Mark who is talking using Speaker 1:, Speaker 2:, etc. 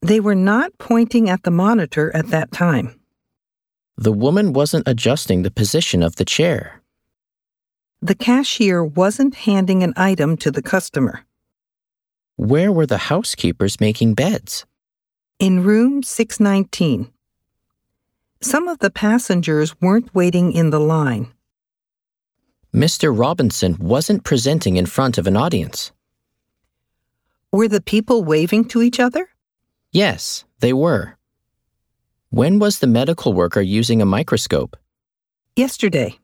Speaker 1: They were not pointing at the monitor at that time.
Speaker 2: The woman wasn't adjusting the position of the chair.
Speaker 1: The cashier wasn't handing an item to the customer.
Speaker 2: Where were the housekeepers making beds?
Speaker 1: In room 619. Some of the passengers weren't waiting in the line.
Speaker 2: Mr. Robinson wasn't presenting in front of an audience.
Speaker 1: Were the people waving to each other?
Speaker 2: Yes, they were. When was the medical worker using a microscope?
Speaker 1: Yesterday.